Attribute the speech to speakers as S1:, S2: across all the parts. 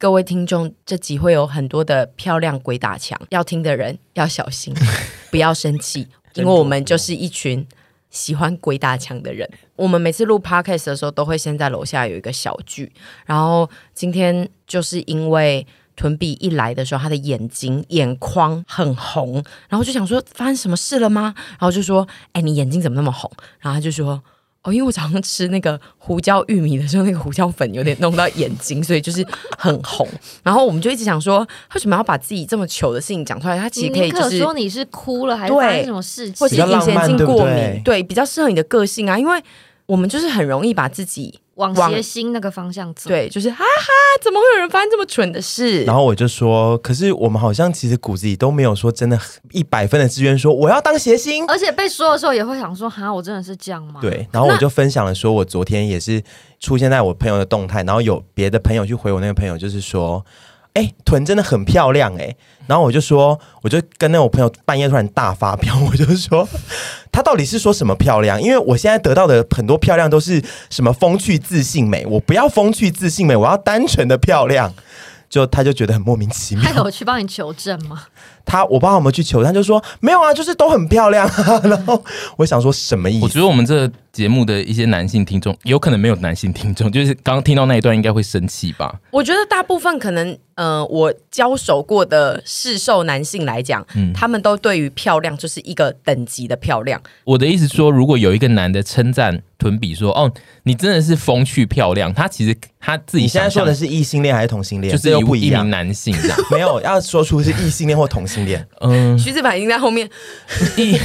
S1: 各位听众，这集会有很多的漂亮鬼打墙，要听的人要小心，不要生气，因为我们就是一群喜欢鬼打墙的人。我们每次录 podcast 的时候，都会先在楼下有一个小聚，然后今天就是因为。屯比一来的时候，他的眼睛眼眶很红，然后我就想说发生什么事了吗？然后就说：“哎、你眼睛怎么那么红？”然后他就说：“哦，因为我早上吃那个胡椒玉米的时候，那个胡椒粉有点弄到眼睛，所以就是很红。”然后我们就一直想说，他为什么要把自己这么糗的事情讲出来？他其
S2: 你
S1: 实可
S2: 宁
S1: 以就
S2: 可
S1: 是
S2: 说你是哭了，还是
S1: 对
S2: 发生什么事情
S1: 或？是隐形眼镜
S3: 比较浪漫对不
S1: 过敏，
S3: 对
S1: 比较适合你的个性啊，因为我们就是很容易把自己
S2: 往
S1: 往
S2: 谐星那个方向走。
S1: 对，就是哈哈，怎么会有人发生这么蠢的事？
S3: 然后我就说，可是我们好像其实骨子里都没有说真的一百分的志愿，说我要当谐星。
S2: 而且被说的时候也会想说，哈，我真的是这样吗？，
S3: 对，然后我就分享了，说我昨天也是出现在我朋友的动态，然后有别的朋友去回我那个朋友，就是说，哎、臀真的很漂亮哎、然后我就说，我就跟那我朋友半夜突然大发飙，我就说，他到底是说什么漂亮？因为我现在得到的很多漂亮都是什么风趣自信美，我不要风趣自信美，我要单纯的漂亮。就他就觉得很莫名其
S2: 他
S3: 妙，
S2: 有去帮你求证吗？
S3: 他我不知道他有没有去求，他就说没有啊，就是都很漂亮、啊。 然后我想说什么意
S4: 我
S3: 思？
S4: 觉得我们这个节目的一些男性听众，有可能没有男性听众， 就是刚刚听到那一段应该会生气吧？
S1: 我觉得大部分可能，呃，我交手过的市售男性来讲，
S3: 嗯
S1: 他们都对于漂亮就是一个等级的漂亮，
S4: 我的意思说，如果有一个男的称赞屯比说：“哦，你真的是风趣漂亮。”他其实他自己
S3: 你现在
S4: 想
S3: 说
S4: 象
S3: 的是异性恋还是同性恋？
S4: 就是
S3: 这又不
S4: 一
S3: 一
S4: 一
S3: 样
S4: 名。男 性这样。
S3: 没有，要说出是异性恋或同性恋。
S4: 嗯，
S1: 徐子凡已经在后面，
S4: 异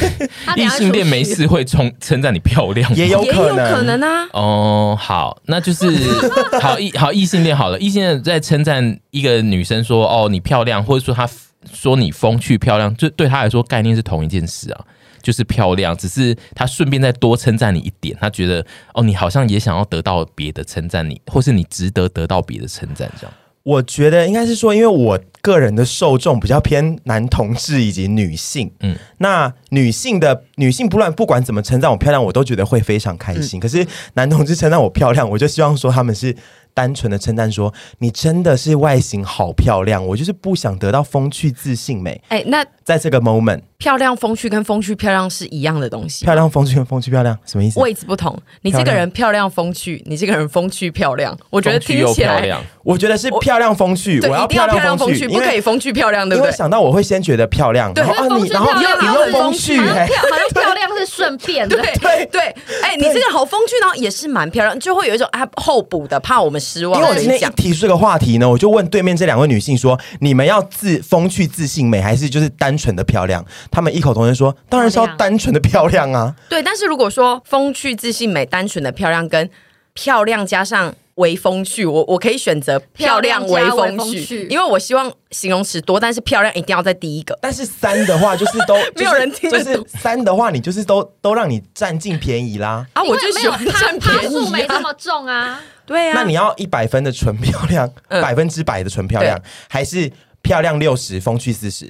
S2: 他等
S4: 异
S2: 下
S4: 性恋没事会称称赞你漂亮吗，
S3: 也有
S1: 也
S3: 可
S1: 有
S3: 能
S1: 可能啊。
S4: 哦，好，那就是 好异好异性恋好了，异性恋在称赞一个女生说哦你漂亮，或者说她 f- 说你风趣漂亮，这对她来说概念是同一件事啊，就是漂亮，只是她顺便再多称赞你一点，她觉得哦你好像也想要得到别的称赞你，或是你值得得到别的称赞这样。
S3: 我觉得应该是说，因为我个人的受众比较偏男同志以及女性，嗯
S4: 嗯，
S3: 那女性的女性不论不管怎么称赞我漂亮，我都觉得会非常开
S4: 嗯
S3: 心。可是男同志称赞我漂亮，我就希望说他们是单纯的称赞说你真的是外形好漂亮，我就是不想得到风趣自信美。
S1: 哎、那
S3: 在这个 moment，
S1: 漂亮风趣跟风趣漂亮是一样的东西，
S3: 漂亮风趣跟风趣漂亮什么意思？
S1: 位置不同。你这个人漂亮风趣，你这个人风趣漂亮，我觉得
S4: 风趣
S1: 听
S4: 又
S1: 起
S4: 漂
S1: 来。
S4: 亮，
S3: 我觉得是漂亮风趣，
S1: 对，
S3: 我
S1: 一定要漂亮
S3: 亮
S1: 风
S3: 趣，
S1: 趣，不可以风趣漂亮，对
S3: 因
S1: 不
S3: 为
S1: 对？
S3: 想到我会先觉得漂亮，
S1: 对
S3: 然后啊
S2: 因为风
S3: 你，
S2: 趣
S3: 然后
S2: 漂
S3: 你
S2: 亮
S3: 又
S2: 又
S3: 风
S1: 风
S3: 趣、
S1: 趣
S2: 好像
S3: 欸，
S2: 漂好像漂亮是顺便的，
S3: 对。
S1: 对，哎、你这个人好风趣，然后也是蛮漂亮，就会有一种啊候补的，怕我们失望
S3: 因为我
S1: 的
S3: 今天
S1: 影
S3: 一
S1: 响。
S3: 提出这个话题呢，我就问对面这两位女性说：你们要自风趣自信美，还是就是单纯的漂亮？她们异口同声说：当然是要
S2: 漂亮
S3: 单纯的漂亮 啊！
S1: 对，但是如果说风趣、自信、美、单纯的漂亮，跟漂亮加上微风趣，我我可以选择漂亮微
S2: 漂
S1: 风
S2: 亮加微风
S1: 趣
S2: 趣，
S1: 因为我希望形容词多，但是漂亮一定要在第一个。
S3: 但是三的话就是都
S1: 没有人听
S3: 就
S1: 得
S3: 是，就是三的话你就是都都让你占尽便宜啦。
S1: 啊，
S2: 因
S1: 我
S2: 为
S1: 就
S2: 没
S1: 喜
S2: 有
S1: 欢占
S2: 趴趴
S1: 便
S2: 数
S1: 宜
S2: 没这
S1: 啊。
S2: 么重啊。
S1: 对啊，
S3: 那你要一百分的纯漂亮，
S1: 嗯
S3: 百分之百的纯漂亮，还是漂亮六十，风趣四 十？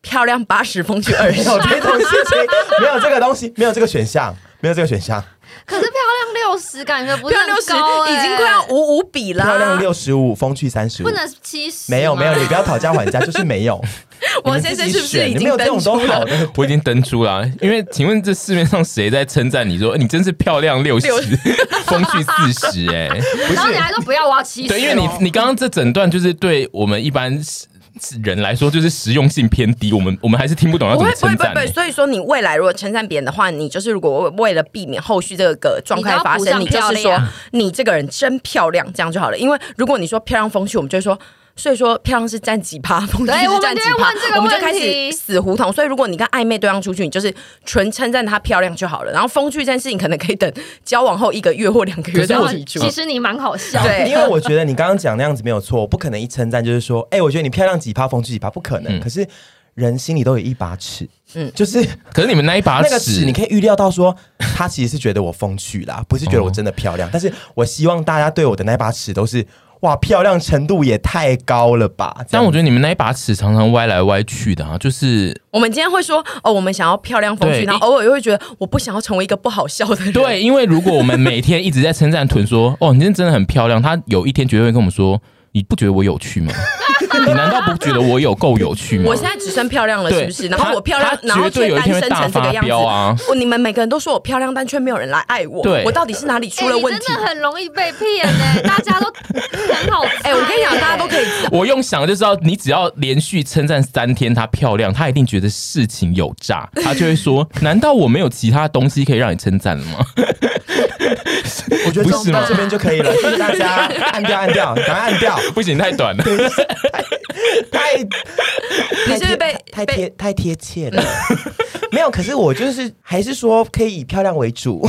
S1: 漂亮八十，风趣二
S3: 没
S1: 十。
S3: 有这 种事情，没有这个东西，没有这个选项，没有这个选
S1: 啊
S3: 项。
S2: 可是漂亮六十感觉不是
S1: 漂亮六
S2: 很
S1: 十
S2: 高欸
S1: 已经快要五五比啦，
S3: 漂亮六十五，风趣三十五
S2: 不。能七十，
S3: 没有没有，你不要讨价还价，就是 没有。
S1: 王先生是不是已
S3: 你
S1: 经
S3: 们自己选你没有这种
S1: 登出
S3: 都
S1: 了
S3: 好的。
S4: 我已经登出了啊，因为请问这市面上谁在称赞你说、哎你真是漂亮六十
S1: 六，
S4: 风趣四十、哎。
S2: 然后你还说不要，我要七十。哦
S4: 对，因为
S1: 哦
S4: 你你刚刚这整段就是对我们一般是是人来说，就是实用性偏低，我们我们还是听不懂要
S1: 不
S4: 怎
S1: 会
S4: 么
S1: 不会
S4: 称
S1: 不会
S4: 赞
S1: 不
S4: 呢、
S1: 会，所以说你未来如果称赞别人的话，你就是如果为了避免后续这个状态发生，你
S2: 你
S1: 就
S2: 都要补上
S1: 是说
S2: 漂亮
S1: 你这个人真漂亮，这样就好了。因为如果你说漂亮风趣，我们就会说。所以说，漂亮是占几趴，风趣
S2: 对
S1: 是占几
S2: 我
S1: 趴
S2: 们就会问这，个
S1: 我们就
S2: 问
S1: 开始
S2: 题
S1: 死胡同。所以，如果你跟暧昧对象出去，你就是纯称赞她漂亮就好了。然后，风趣这件事情可能可以等交往后一个月或两个月
S4: 可是
S1: 再
S4: 我
S1: 提出。
S2: 其实你蛮 好笑。
S1: 对
S3: 因为我觉得你刚刚讲那样子没有错，我不可能一称赞就是说，哎、我觉得你漂亮几趴，风趣几趴，不可
S1: 嗯
S3: 能。可是人心里都有一把尺，嗯，就是
S4: 可是你们那一把
S3: 那个
S4: 尺，
S3: 尺，你可以预料到说，他其实是觉得我风趣啦，不是觉
S4: 哦
S3: 得我真的漂亮。但是我希望大家对我的那把尺都是，哇，漂亮程度也太高了吧？这
S4: 但
S3: 样
S4: 我觉得你们那一把尺常常歪来歪去的啊，就是
S1: 我们今天会说哦，我们想要漂亮风趣，
S4: 对
S1: 然后偶尔又会觉得我不想要成为一个不好笑的人。
S4: 对，因为如果我们每天一直在称赞臀说，哦，你今天真的很漂亮，他有一天绝对会跟我们说。你不觉得我有趣吗？你难道不觉得我有够有趣吗？
S1: 我现在只剩漂亮了，
S4: 嗯对
S1: 是不是？然后
S4: 他
S1: 我漂亮
S4: 他，
S1: 然后
S4: 绝对
S1: 却
S4: 有一
S1: 单
S4: 天会
S1: 身
S4: 大
S1: 成这
S4: 发
S1: 个样子
S4: 飙啊！
S1: 我你们每个人都说我漂亮，但却没有人来爱我
S4: 对，
S1: 我到底是哪里
S2: 哎
S1: 出了
S2: 你
S1: 问
S2: 真
S1: 题？
S2: 的很容易被骗 呢，大家都很好猜。欸
S1: 哎、我跟你讲，大家都可以
S4: 我用想的就知道，你只要连续称赞三天她漂亮，她一定觉得事情有诈，她就会说：“难道我没有其他东西可以让你称赞了吗
S3: 我觉得
S4: 不是吗
S3: 到这边就可以了，谢谢大家， 按掉按掉，赶快按掉，？”
S4: 不行，太短了。
S3: 太
S1: 你是不是被
S3: 太
S1: 被嗯
S3: 贴太贴切了。 没有，可是我就是还是说可以以漂亮为主。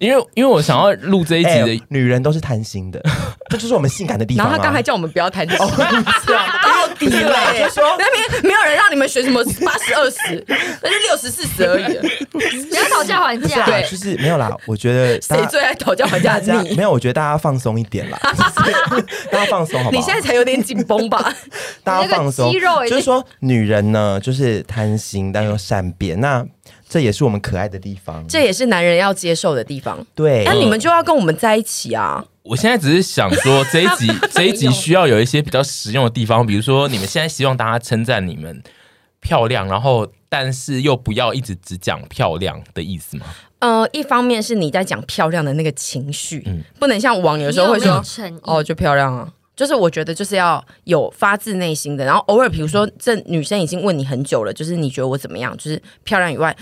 S4: 因为因为我想要录嗯这一集
S3: 哎
S4: 的，
S3: 女人都是贪心的，这就是我们性感的地
S1: 然
S3: 方啊。
S1: 后他刚才叫我们不要谈这些，
S4: 哦
S1: 到底
S3: 不是啦
S1: 嘞
S3: 就说
S1: 那边没有人让你们学什么八十二十，那是六十四十而已。
S2: 不要讨价还
S3: 不是
S2: 价。
S3: 啊，就是没有啦。我觉得大
S1: 谁
S3: 家
S1: 最爱讨价还价啊
S3: 大家？
S1: 你
S3: 没？有，我觉得大家放松一点啦，就是大家放松好不好？
S1: 你现在才有点紧绷吧？
S3: 大家放松，
S2: 你那个肌肉已经
S3: 就是说女人呢，就是贪心但又善变，那这也是我们可爱的地方。
S1: 这也嗯是男人要接受的地方。
S4: 嗯
S3: 对，
S1: 那你们就要跟我们在一起啊！
S4: 我现在只是想说这一 集这一集需要有一些比较实用的地方，比如说你们现在希望大家称赞你们漂亮，然后但是又不要一直只讲漂亮的意思吗？
S1: 呃，一方面是你在讲漂亮的那个情绪，
S4: 嗯
S1: 不能像网友有时候会
S2: 你有没
S1: 说
S2: 有诚意
S1: 哦就漂亮啊，就是我觉得就是要有发自内心的，然后偶尔比如说这女生已经问你很久了，就是你觉得我怎么样，就是漂亮以外。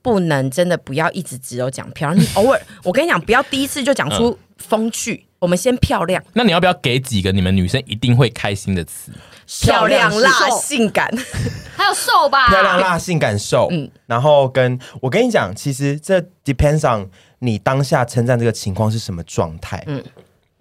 S1: 不能真的不要一直只有讲漂 亮，你偶尔我跟你讲，不要第一次就讲出
S4: 嗯
S1: 风趣，我们先漂亮，
S4: 那你要不要给几个你们女生一定会开心的词？
S1: 漂亮 辣
S2: 瘦
S4: 哦
S1: 性感，
S2: 还有瘦吧，
S3: 漂亮辣性感受，然后跟我跟你讲，其实这 depends on 你当下称赞这个情况是什么状态，嗯，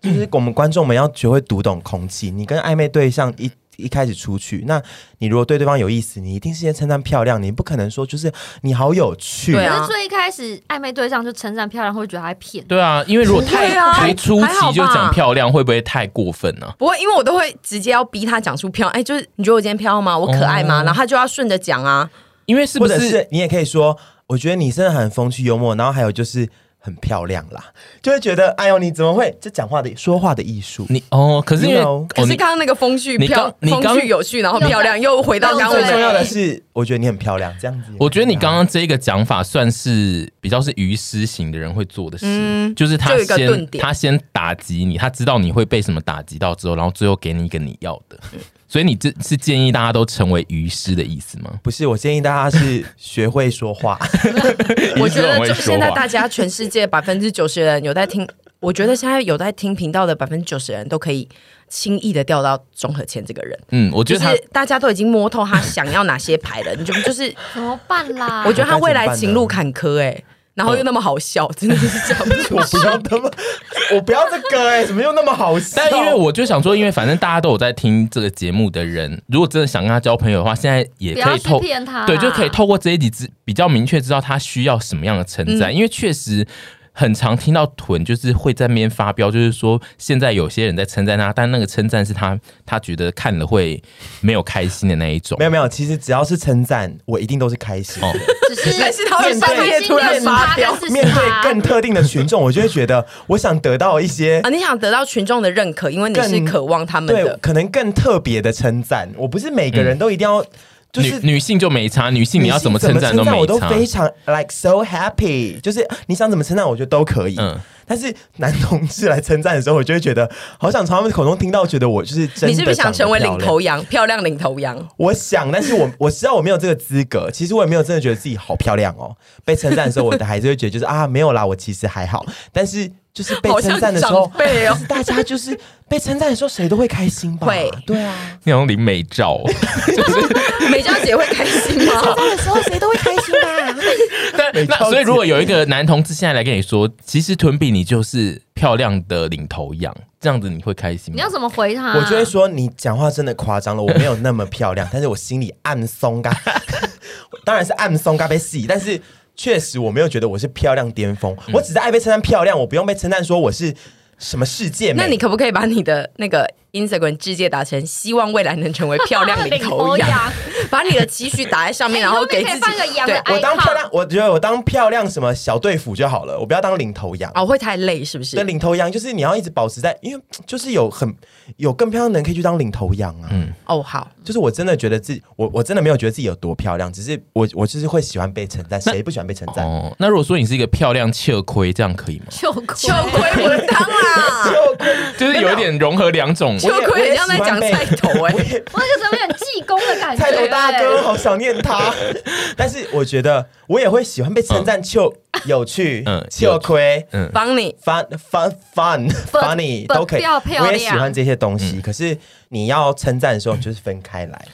S3: 就是我们观众们要学会读懂空气，你跟暧昧对象一。一开始出去，那你如果对对方有意思，你一定是先称赞漂亮，你不可能说就是你好有趣，
S1: 对
S2: 可
S1: 啊
S2: 是最一开始暧昧对象就称赞漂亮，会觉得他在骗。
S4: 对啊，因为如果太、
S1: 不会啊
S4: 太初
S1: 还好
S4: 期
S1: 吧
S4: 就讲漂亮，会不会太过分呢、
S1: 不会，因为我都会直接要逼他讲出漂亮，哎、就是你觉得我今天漂亮吗？我可爱
S4: 哦
S1: 吗？然后他就要顺着讲啊，
S4: 因为是不
S3: 或者
S4: 是？
S3: 是你也可以说，我觉得你真的很风趣幽默，然后还有就是很漂亮啦，就会觉得哎呦你怎么会这讲话的说话的艺术，
S4: 你哦，可是因为
S3: You know
S1: 可
S4: 哦
S1: 是
S4: 你
S1: 刚刚那个风趣
S4: 你
S1: 漂
S4: 刚你刚
S1: 风趣有趣，然后漂亮，又回到刚刚我
S3: 最重
S1: 们
S3: 要的是，我觉得你很漂亮，这样子也可以啊。
S4: 我觉得你刚刚这个讲法算是比较是于私型的人会做的事，就是
S1: 嗯
S4: 他
S1: 就有一个
S4: 先
S1: 顿点
S4: 他先打击你，他知道你会被什么打击到之后，然后最后给你一个你要的。
S1: 嗯
S4: 所以你这是建议大家都成为于师的意思吗？
S3: 不是，我建议大家是学会说 话，
S1: 我觉得
S4: 于
S1: 就
S4: 师很会
S1: 现
S4: 说
S1: 在
S4: 话
S1: 大家全世界百分之九十人有在听，我觉得现在有在听频道的百分之九十人都可以轻易的钓到钟和谦这个人，
S4: 嗯，我觉
S1: 就
S4: 得他
S1: 是大家都已经摸透他想要哪些牌了，你就 就是
S2: 怎么办啦？
S1: 我觉得他未来情路坎坷哎、然后又那么好笑，真的是讲不 出
S3: 我不要他妈，我不要这个哎、怎么又那么好笑？
S4: 但因为我就想说，因为反正大家都有在听这个节目的人，如果真的想跟他交朋友的话，现在也
S2: 不
S4: 可
S2: 要
S4: 以
S2: 去
S4: 透
S2: 骗他啦，
S4: 对，就可以透过这一集知比较明确知道他需要什么样的称赞，因为确实。很常听到屯就是会在那边发飙，就是说现在有些人在称赞他，但那个称赞是他他觉得看了会没有开心的那一种
S3: 没。有没有，其实只要是称赞，我一定都是开心的。
S4: 哦
S2: 只是
S1: 但是他会
S2: 只是
S1: 半夜
S2: 开心
S1: 突然
S2: 的是
S1: 发
S2: 他
S1: 飙
S2: 但是是
S3: 面对
S2: 他
S3: 更特定的群众，我就会觉得我想得到一些
S1: 啊！你想得到群众的认可，因为你是
S3: 更
S1: 渴望他们
S3: 对
S1: 的。
S3: 可能更特别的称赞。我不是每个人都一定要就是
S4: 嗯女女性就没差，女性你要怎么
S3: 怎
S4: 称赞都
S3: 我
S4: 没
S3: 都
S4: 差。
S3: 非常 like so happy，就是啊你想怎么称赞，我觉得都可以。
S4: 嗯
S3: 但是男同志来称赞的时候，我就会觉得好想从他们口中听到，觉得我就是真的
S1: 你是不是想
S3: 长得
S1: 成为
S3: 漂
S1: 领
S3: 亮
S1: 头羊，漂亮领头羊？
S3: 我想，但是我 我知道我没有这个资格。其实我也没有真的觉得自己好漂亮哦。被称赞的时候，我的还是会觉得就是啊，没有啦，我其实还好。但是就是被
S1: 好像
S3: 称赞的时候，
S1: 长辈哦
S3: 就是大家就是被称赞的时候，谁都会开心吧？
S1: 会
S3: 对啊，
S4: 那种林美照哦，
S1: 美娇姐会开心吗？
S3: 那时候谁都会开心吧？
S4: 但
S3: 美
S4: 那
S3: 照
S4: 所以
S3: 姐
S4: 如果有一个男同志现在来跟你说，其实屯比你就是漂亮的领头羊，这样子你会开心
S2: 你
S4: 吗
S2: 要？怎么回他？
S3: 我就会说你讲话真的夸张了，我没有那么漂亮，但是我心里暗松嘎， 当然是暗松嘎被洗，但是确实我没有觉得我是漂亮巅峰，我只是爱被称赞漂亮，我不用被称赞说我是什么世界美。
S1: 那你可不可以把你的那个 Instagram 世界达成，希望未来能成为漂亮领头
S2: 头
S1: 羊，把你的期许打在上面，
S2: 哎
S1: 然后
S2: 你后
S1: 给
S2: 面
S1: 自
S2: 可以
S1: 己
S2: 放个羊的啊
S1: 对
S2: icon
S3: 我当漂亮，我觉得我当漂亮什么小队服就好了，我不要当领头羊。
S1: 哦，会太累是不是
S3: 对，？领头羊就是你要一直保持在，因为就是有很有更漂亮的人可以去当领头羊啊。
S4: 嗯
S1: 哦， 好，
S3: 就是我真的觉得自己，我我真的没有觉得自己有多漂亮，只是我我就是会喜欢被称赞，谁不喜欢被称赞？
S4: 哦，那如果说你是一个漂亮切亏，这样可以吗？
S2: 秋裤，
S1: 秋 葵我当啦，
S4: 就是有点融合两种。
S1: 秋
S3: 我
S1: 葵
S3: 也
S1: 很像在讲菜头哎、欸，
S2: 我那个怎么有点济公的感觉？
S3: 菜头大哥，
S2: 哎，
S3: 好想念他。 但是我觉得我也会喜欢被称赞，就有趣，
S4: 嗯
S3: 就亏，
S4: 嗯，
S1: 帮你
S3: fun fun fun funny
S2: 不
S3: 都可以，
S2: 不要漂亮
S3: 我也喜欢这些东
S4: 嗯
S3: 西。可是你要称赞的 时候，你就是分开来。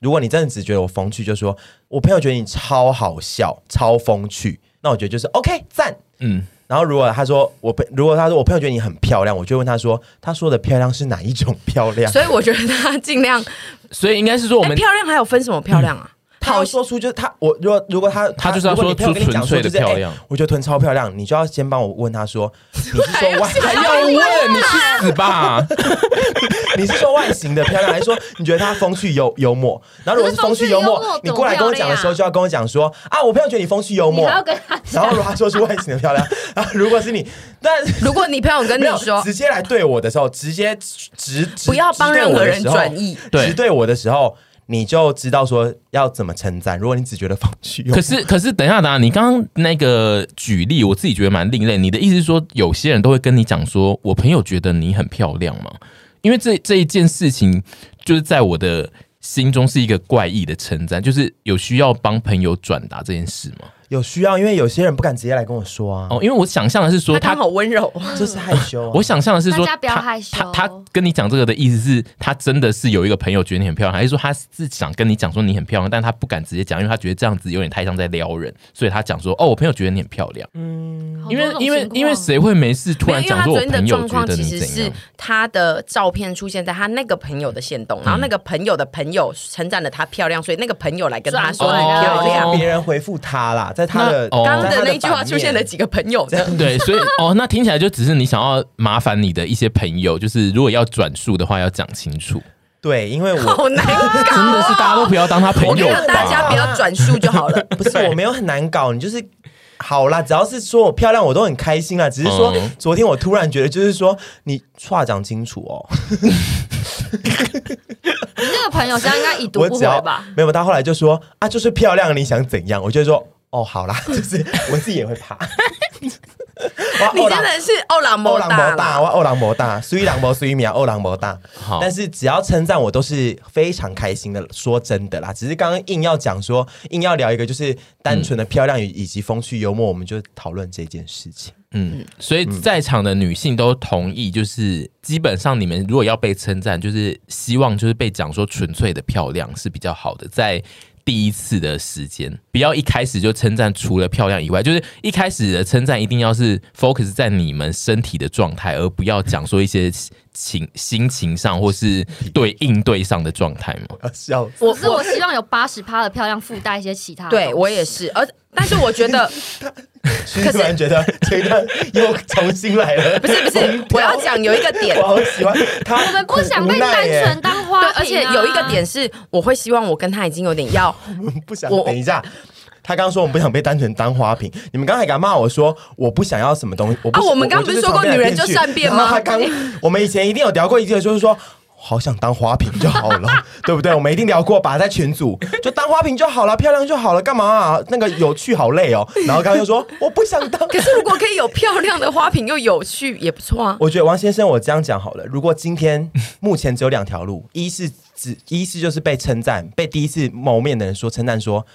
S3: 如果你真的只觉得我风趣，就说我朋友觉得你超好笑、超风趣，那我觉得就是 OK 赞。
S4: 嗯，
S3: 然后如果他说我朋，如果他说我朋友觉得你很漂亮，我就问他说他说的漂亮是哪一种漂亮？
S1: 所以我觉得他尽 量，
S4: 所以应该是说我
S1: 哎
S4: 们
S1: 漂亮还有分什么漂亮啊？
S3: 他要说出就是他，我如果如果他
S4: 他就是要
S3: 如果你
S4: 说出
S3: 朋友跟你讲
S4: 纯粹的
S3: 就是哎
S4: 漂亮
S3: 我觉得臀超漂亮，你就要先帮我问他说，你是说外
S4: 还要
S3: 啊
S4: 问你去 死吧？
S3: 你是说外形的漂亮，还是说你觉得她风趣幽幽默？然后如果是风趣幽
S2: 可是风
S3: 默，
S2: 趣幽默
S3: 你过来跟我讲的时候就要跟我讲说啊，我朋友觉得你风趣幽
S2: 你
S3: 默
S2: 还。要跟他
S3: 然后如果他说是外形的漂亮， 然后如果是你，但
S1: 如果你朋友跟你
S3: 没有
S1: 说
S3: 直接来对我的时候，直接直直
S1: 不要帮任何人转，移，
S3: 直对我的时候
S4: 对
S3: 直对我的时候，你就知道说要怎么称赞。如果你只觉得风趣幽默
S4: 可，是可是，等一下，等一下，你刚刚那个举例，我自己觉得蛮另类。你的意思是说，有些人都会跟你讲说，我朋友觉得你很漂亮吗？因为这这一件事情，就是在我的心中是一个怪异的称赞，就是有需要帮朋友转达这件事吗？
S3: 有需要，因为有些人不敢直接来跟我说啊，
S4: 哦，因为我想象的是说
S1: 他刚
S4: 他。
S1: 好温柔。
S3: 就是害羞啊。
S4: 我想象的是说，
S2: 大家不要害羞
S4: 他他他跟你讲这个的意思是他真的是有一个朋友觉得你很漂亮，还是说他是想跟你讲说你很漂亮，但他不敢直接讲，因为他觉得这样子有点太像在撩人，所以他讲说哦，我朋友觉得你很漂亮。
S1: 嗯
S2: 好
S4: 因
S2: 多
S4: 为
S2: 种
S4: 因为
S2: 情况
S4: 因为谁会没事突
S1: 啊没有，因为
S4: 然讲
S1: 他
S4: 说
S1: 昨
S4: 我
S1: 天的
S4: 朋友
S1: 状
S4: 觉
S1: 况
S4: 得
S1: 其
S4: 你
S1: 实
S4: 怎
S1: 是
S4: 样？
S1: 他的照片出现在他那个朋友的线
S4: 嗯
S1: 动，然后那个朋友的朋友称赞了她漂亮，所以那个朋友来跟他说
S2: 转
S1: 你
S4: 哦
S2: 过来
S1: 漂亮。
S3: 别人回复他啦，在他的
S4: 那哦
S1: 哦刚刚
S3: 在
S1: 的
S3: 他
S1: 那一句话
S3: 版面
S1: 出现了几个朋友的，
S4: 对， 所以哦，那听起来就只是你想要麻烦你的一些朋友，就是如果要转述的话，要讲 清楚。
S3: 对，因为 我
S1: 好难搞。
S4: 真的是大家都不要当他朋
S1: 啊我跟
S4: 友
S1: 你讲，大家
S4: 吧。
S1: 不要转述就好了。
S3: 不是我没有很难搞，你就是好啦，只要是说我漂亮，我都很开心啊啦。只是说、
S4: 嗯
S3: 昨天我突然觉得，就是说你话讲清楚哦，
S2: 你那个朋友现在应该已读
S3: 我
S2: 不
S3: 只
S2: 回
S3: 要
S2: 吧？
S3: 没有，他后来就说啊，就是漂亮，你想怎样？我就说哦，好啦， 就是我自己也会怕。 哇
S1: 你
S3: 欧
S1: 真
S3: 郎
S1: 的是欧朗
S3: 欧
S1: 摩
S3: 郎
S1: 大
S3: 摩大，
S1: 啦，
S3: 我欧郎摩大，虽郎摩虽苗，欧郎摩大。
S4: 好
S3: 但是只要称赞我都是非常开心的，说真的啦。只是刚刚硬要讲说，硬要聊一个就是单纯的漂亮与以及风趣幽默，我们就讨论这件事情。
S4: 嗯，所以在场的女性都同意，就是基本上你们如果要被称赞，就是希望就是被讲说纯粹的漂亮是比较好的，在第一次的时间，不要一开始就称赞除了漂亮以外，就是一开始的称赞一定要是 focus 在你们身体的状态，而不要讲说一些情心情上或是对应对上的状态嘛。
S3: 要笑死，
S1: 我
S2: 可是我希望有八十趴的漂亮附带一些其他的东西。
S1: 对我也是，而但是我觉 得
S3: 其实突然觉得这一段又重新来 了。
S1: 不是不是，我要讲有一个点
S3: 我，好喜欢他，
S2: 我们不想被
S3: 很无奈
S2: 单
S3: 耶
S2: 纯当花
S1: 对
S2: 瓶，啊
S1: 而且有一个，点是，我会希望我跟他已经有点要
S3: 不想
S1: 我
S3: 等一下。他刚刚说我们不想被单纯当花瓶，你们刚才敢骂我说我不想要什么东西。我不
S1: 啊我们刚刚不是说过女人就善变吗
S3: 然后他 刚我们以前一定有聊过一个，就是说好想当花瓶就好了， 对不对？我们一定聊过吧，在群组就当花瓶就好了，漂亮就好了，干嘛啊？那个有趣好累哦。然后刚刚又说我不想当。
S1: 可是如果可以有漂亮的花瓶又有趣，也不错啊。
S3: 我觉得王先生，我这样讲好了。如果 今天目前只有两条路，一是只一是就是被称赞，被第一次谋面的人说称赞说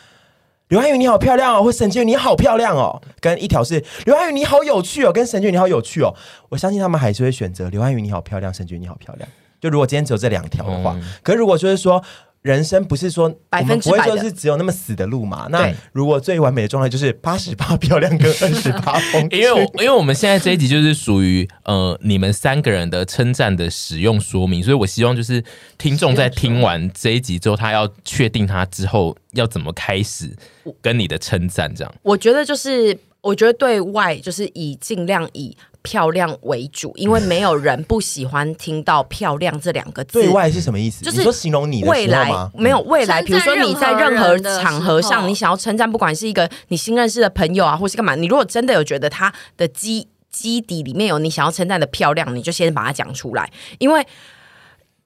S3: 刘汉宇你好漂亮哦，或沈俊你好漂亮哦，跟一条是刘汉宇你好有趣哦，跟沈俊你好有趣哦。我相信他们还是会选择刘汉宇你好漂亮，沈俊你好漂亮。就如果今天只有这两条的话，可是如果就是说。人生不是说
S1: 嗯百
S3: 我们
S1: 分之
S3: 不会
S1: 百的
S3: 说是只有那么死的路嘛？那
S1: 对
S3: 如果最完美的状态就是八十八 漂亮跟二十八风趣，
S4: 因为我因为我们现在这一集就是属于呃你们三个人的称赞的使用说明，所以我希望就是听众在听完这一集之后，他要确定他之后要怎么开始跟你的称赞这样。
S1: 我觉得就是，我觉得对外就是以尽量以漂亮为主，因为没有人不喜欢听到漂亮这两个字。
S3: 对外是什么意思？
S1: 就是
S3: 你说形容你的
S1: 未
S3: 时候
S1: 来嗯
S3: 吗？
S1: 没有未来，
S2: 称赞
S1: 比如说你在任何
S2: 任何人的
S1: 场合
S2: 时
S1: 上，
S2: 候
S1: 你想要称赞，不管是一个你新认识的朋友啊，或是干嘛，你如果真的有觉得他的基基底里面有你想要称赞的漂亮，你就先把它讲出来，因为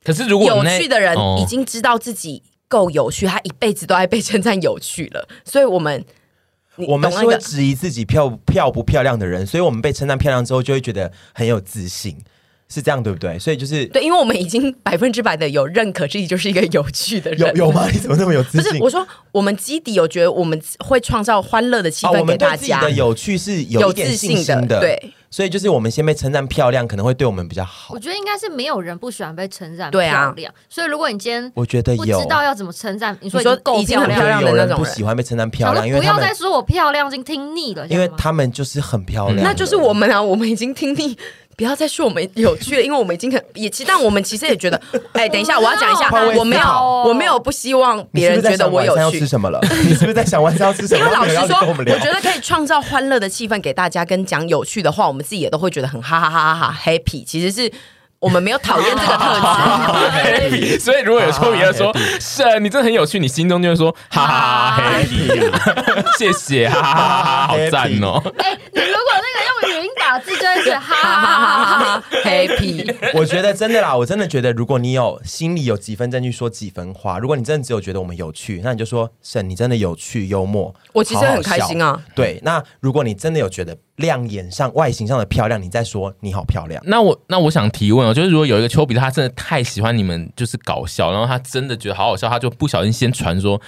S4: 可是如果
S1: 有
S4: 那
S1: 趣的人
S4: 哦
S1: 已经知道自己够有趣，他一辈子都爱被称赞有趣了，所以我们你
S3: 我们
S1: 懂
S3: 是
S1: 那
S3: 会
S1: 个
S3: 质疑自己漂漂不漂亮的人，所以我们被称赞漂亮之后，就会觉得很有自信，是这样对不对？所以就是
S1: 对，因为我们已经 百分之百的有认可自己就是一个有趣的
S3: 有
S1: 人，
S3: 有吗？你怎么那么有
S1: 不
S3: 自
S1: 是
S3: 信？
S1: 我说我们基底有觉得我们会创造欢乐的气
S3: 啊，我
S1: 氛给
S3: 们
S1: 大
S3: 对自己
S1: 家，
S3: 的有趣是有
S1: 有
S3: 一点
S1: 自
S3: 信
S1: 信
S3: 心
S1: 的，
S3: 的，
S1: 对。
S3: 所以就是我们先被称赞漂亮，可能会对我们比较好
S2: 我。觉得应该是没有人不喜欢被称赞
S1: 对啊
S2: 漂亮，所以如果你今天
S3: 我觉得
S2: 不知
S3: 有，
S2: 道要怎么称赞，你说
S1: 你说
S2: 已经够
S1: 已经很
S2: 亮
S1: 漂
S2: 了，
S1: 亮的
S3: 有
S1: 那
S3: 人
S1: 种
S3: 不
S1: 人
S3: 喜欢被称赞漂
S2: 想说
S3: 亮，因为
S2: 不
S3: 他
S2: 要
S3: 们
S2: 再说我漂亮，已经听腻了，
S3: 因为
S2: 这样吗
S3: 他们就是很漂亮
S4: 嗯
S3: 的，
S1: 那就是我们啊，我们已经听腻，不要再说我们有 趣了，因为我们已经很也，其实但我们其实也觉得，哎，等一下，我要讲 一下
S3: 换位，思
S1: 我没有
S2: 考，
S1: 我没有不希望
S3: 你
S1: 别人
S3: 是不是在
S1: 觉得
S3: 想
S1: 我
S3: 晚
S1: 有
S3: 上要
S1: 趣
S3: 吃。什么了？你是不是在想晚上要吃什
S1: 因
S3: 么？
S1: 为老实
S3: 然后
S1: 说，
S3: 你跟我
S1: 我
S3: 们聊
S1: 觉得可以创造欢乐的气氛给大家，跟讲有趣的话，我们自己也都会觉得很哈哈哈哈哈 happy。其实是我们没有讨厌这个 特质，
S4: happy，所以如果有时候别人说是啊，你真的很有趣，你心中就会说哈哈哈 happy，啊谢谢哈哈哈哈，好赞哦！
S2: 哎、你如果那个用语音打字，就会是哈
S1: 哈哈
S2: 哈哈哈
S1: 哈
S2: 哈
S1: 哈哈 happy。
S3: 我觉得真的啦，我真的觉得，如果你有心里有几分证据说几分话，如果你真的只有觉得我们有趣，那你就说沈，你真的有趣幽默，
S1: 我其实
S3: 好好
S1: 很开心啊
S3: 笑。对，那如果你真的有觉得亮眼上、外形上的漂亮，你再说你好漂亮，
S4: 那我那我想提问哦，就是如果有一个丘比特，他真的太喜欢你们，就是搞笑，然后他真的觉得好好笑，他就不小心先传说，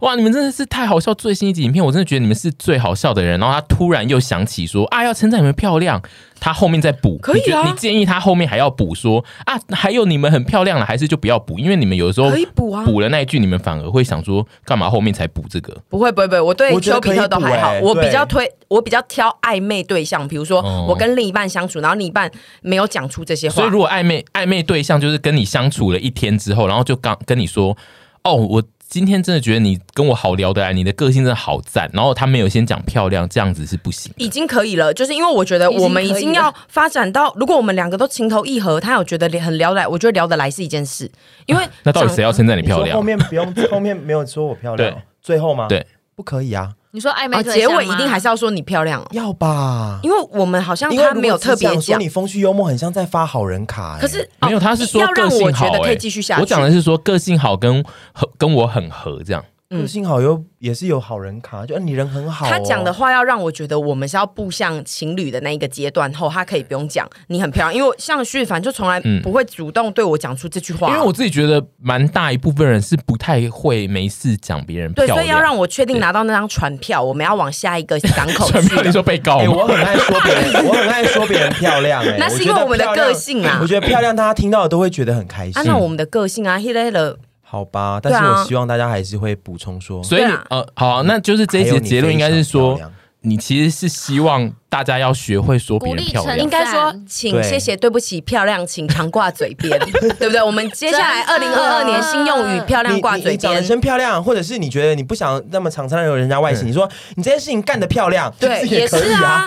S4: 哇，你们真的是太好笑！最新一集影片，我真的觉得你们是最好笑的人。然后他突然又想起说啊，要称赞你们漂亮，他后面再补，
S1: 可以啊
S4: 你觉得你建议他后面还要补说啊，还有你们很漂亮了，还是就不要补，因为你们有的时候
S1: 可以补啊
S4: 补了那一句，你们反而会想说干嘛后面才补这个？
S1: 不会不会不会，我对
S3: 我觉得
S1: 丘比特都还好
S3: 可以，补欸
S1: 我比较推，我比较挑暧昧对象，比如说
S4: 哦
S1: 我跟另一半相处，然后另一半没有讲出这些话，
S4: 所以如果暧昧暧昧对象就是跟你相处了一天之后，然后就刚跟你说，哦，我今天真的觉得你跟我好聊得来，你的个性真的好赞。然后他没有先讲漂亮，这样子是不行。
S3: 嗯
S1: 已经可以了，就是因为我觉得我们已
S2: 已经
S1: 经
S2: 可以了
S1: 要发展到，如果我们两个都情投意合，他有觉得很聊得来，我觉得聊得来是一件事，因为
S4: 那到底谁要称赞你
S3: 你说
S4: 漂亮
S3: 后？面不用，后面没有说我漂亮
S4: 对，
S3: 最后吗？
S4: 对，
S3: 不可以啊，
S2: 你说 暧昧、
S1: 啊结尾一定还是要说你漂亮哦，
S3: 要吧？
S1: 因为我们好像
S3: 因为
S1: 他没有特别
S3: 如果只说
S1: 讲，
S3: 你风趣幽默，很像在发好人卡、欸。
S1: 可是
S4: 没有，
S1: 哦
S4: 他是说
S1: 要
S4: 个
S1: 让
S4: 性
S1: 我
S4: 好、
S1: 觉
S4: 欸。
S1: 得可以继续下去。
S4: 我讲的是说个性好跟和跟我很合这样。
S3: 个性好又也是有好人卡，就、呃你人很好哦、
S1: 嗯他讲的话要让我觉得我们是要步向情侣的那一个阶段后，他可以不用讲你很漂亮，因为像旭凡就从来
S4: 嗯
S1: 不会主动对我讲出这句话，
S4: 因为我自己觉得蛮大一部分人是不太会没事讲别人
S1: 对，
S4: 漂亮。
S1: 所以要
S3: 啊
S1: 让我确定
S4: 对
S1: 拿到那张船票，我们要往下一个港口
S4: 传
S1: 去
S4: 票，你
S1: 了。
S4: 说被告
S3: 哎、
S4: 吗？
S3: 我很爱说别 人，我很爱说别人漂亮、哎，
S1: 那是因为
S3: 觉得
S1: 我们的
S3: 漂亮
S1: 个性啊
S3: 我觉得漂亮，大家听到的都会觉得很开心。
S1: 按照我们的个性啊，黑了黑了，
S3: 好吧，但是
S1: 对啊
S3: 我希望大家还是会补充说，
S4: 所以你、
S1: 对啊
S4: 呃，好啊、那就是这一集
S3: 还有
S4: 的
S3: 你
S4: 结论应该是
S3: 非
S4: 说
S3: 常漂亮，
S4: 你其实是希望大家要学会说别人漂
S2: 鼓励
S4: 亮
S1: 应
S2: 称。
S1: 该说，请
S3: 对
S1: 谢谢，对不起，漂亮，请常挂嘴边，对不对？我们接下来二
S2: 真的
S1: 零二二年新用语“漂亮”挂
S3: 你你
S1: 嘴
S3: 你长得
S1: 边。
S3: 真漂亮，或者是你觉得你不想那么常常有人家
S4: 嗯
S3: 外形，你说你这件事情干得漂亮，
S1: 对，
S3: 其实
S1: 也
S3: 可以
S1: 是啊，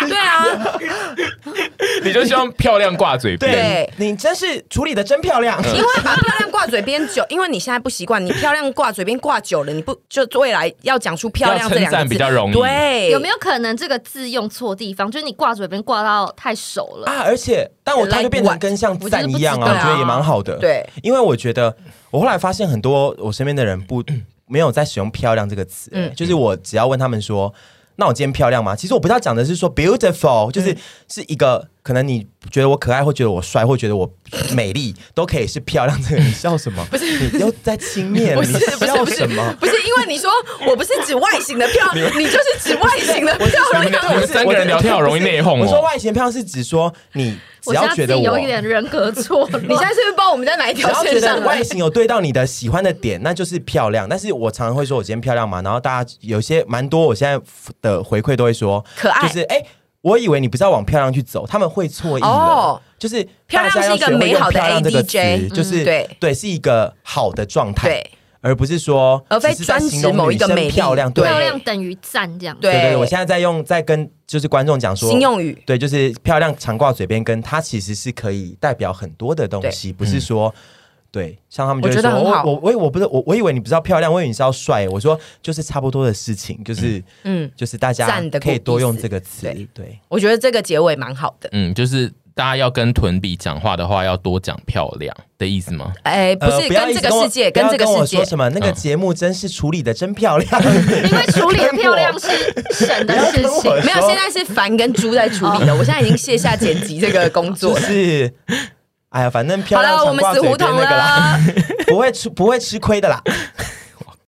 S1: 对啊，
S4: 你就希望漂亮挂嘴边。
S1: 对，
S3: 你真是处理的真漂亮。
S1: 因为把漂亮挂嘴边久，因为你现在不习惯，你漂亮挂嘴边挂久了，你不就未来要讲出漂亮这两
S4: 要
S1: 个
S4: 称赞
S1: 字
S4: 比较容易
S1: 对，
S2: 有没
S1: 有？
S2: 有可能这个字用错地方？就是你挂嘴边挂到太熟了，
S3: 啊，而且，但我
S1: Like
S3: 它就变成
S1: what？
S3: 跟像
S2: 我就是
S3: 赞一样啊，
S2: 不
S3: 我
S2: 知道
S3: 觉得也蛮好的。
S1: 对，
S3: 因为我觉得我后来发现很多我身边的人不 没有在使用“漂亮”这个词、欸
S1: 嗯
S3: 就是我只要问他们说。那我今天漂亮吗？其实我不知道讲的是说 beautiful，就是是一个可能你觉得我可爱，或觉得我帅，或觉得我美丽，都可以是漂亮。这个你笑什么？不是你又在轻蔑了，
S1: 不
S3: 你
S1: 是不是
S3: 笑
S1: 不是
S3: 什么？
S1: 不是因为你说我不是指外形的漂 亮，你就是指外形的漂
S4: 你
S1: 亮
S4: 们。你们三个人聊天好容易内讧
S3: 我说
S4: 哦。
S3: 外形漂亮是指说你只
S2: 我现
S3: 要
S2: 在
S3: 觉
S2: 自
S3: 得
S2: 己
S3: 我
S2: 有一点人格错 乱。
S1: 你现在是不是不知道我们在哪一
S3: 只
S1: 条
S3: 要觉
S1: 线
S3: 得
S1: 上了
S3: 外？形有对到你的喜欢的点，那就是漂亮。但是我常常会说我今天漂亮嘛，然后大家有些蛮多，我现在的回馈都会说
S1: 可爱
S3: 就是哎、我以为你不是要往漂亮去走，他们会错意了。
S1: 哦
S3: 就是
S1: 漂亮是一个美好的
S3: 大家要学会用漂亮这个
S1: ADJ
S3: 词就是
S1: 嗯对
S3: 对，是一个好的状态。
S1: 对，
S3: 而不是说
S1: 而非
S3: 只是在
S1: 专
S3: 形
S1: 指
S3: 容
S1: 某
S3: 女
S1: 一个
S3: 生
S1: 美丽
S3: 漂亮，对
S2: 漂亮等于赞这样。
S1: 对
S3: 对对，我现在在用在跟就是观众讲说，
S1: 新用语，
S3: 对，就是漂亮常挂嘴边，跟它其实是可以代表很多的东西，不是说。对，像他们就会
S1: 我觉
S3: 说，
S1: 得
S3: 我
S1: 很好
S3: 我我我不是我我以为你不知道漂亮，我以为你是要帅，我说就是差不多的事情，就是、
S1: 嗯，
S3: 就是大家
S1: 赞得过
S3: 可以多用这个
S1: 彼
S3: 词
S1: 此，
S3: 对，
S1: 我觉得这个结尾蛮好的。
S4: 嗯，就是大家要跟屯比讲话的话，要多讲漂亮的意思吗？
S1: 哎，不
S3: 呃
S1: 是
S3: 要
S1: 跟
S3: 一直
S1: 这个
S3: 我
S1: 世界，
S3: 不要
S1: 这个
S3: 跟我
S1: 世
S3: 说
S1: 界，
S3: 什么那个
S4: 嗯
S3: 节目真是处理的真漂 亮，
S2: 因为处理的漂亮是神的事
S3: 不要跟我
S2: 情。
S1: 没有，现在是凡跟猪在处理的。我现在已经卸下剪辑这个工作
S3: 就
S1: 了。
S3: 是，哎呀，反正漂
S1: 好
S3: 亮
S1: 了，我
S3: 常
S1: 们
S3: 挂
S1: 死
S3: 嘴
S1: 胡
S3: 边
S1: 同
S3: 那个啦，
S1: 了。
S3: 不会吃不会吃亏的啦，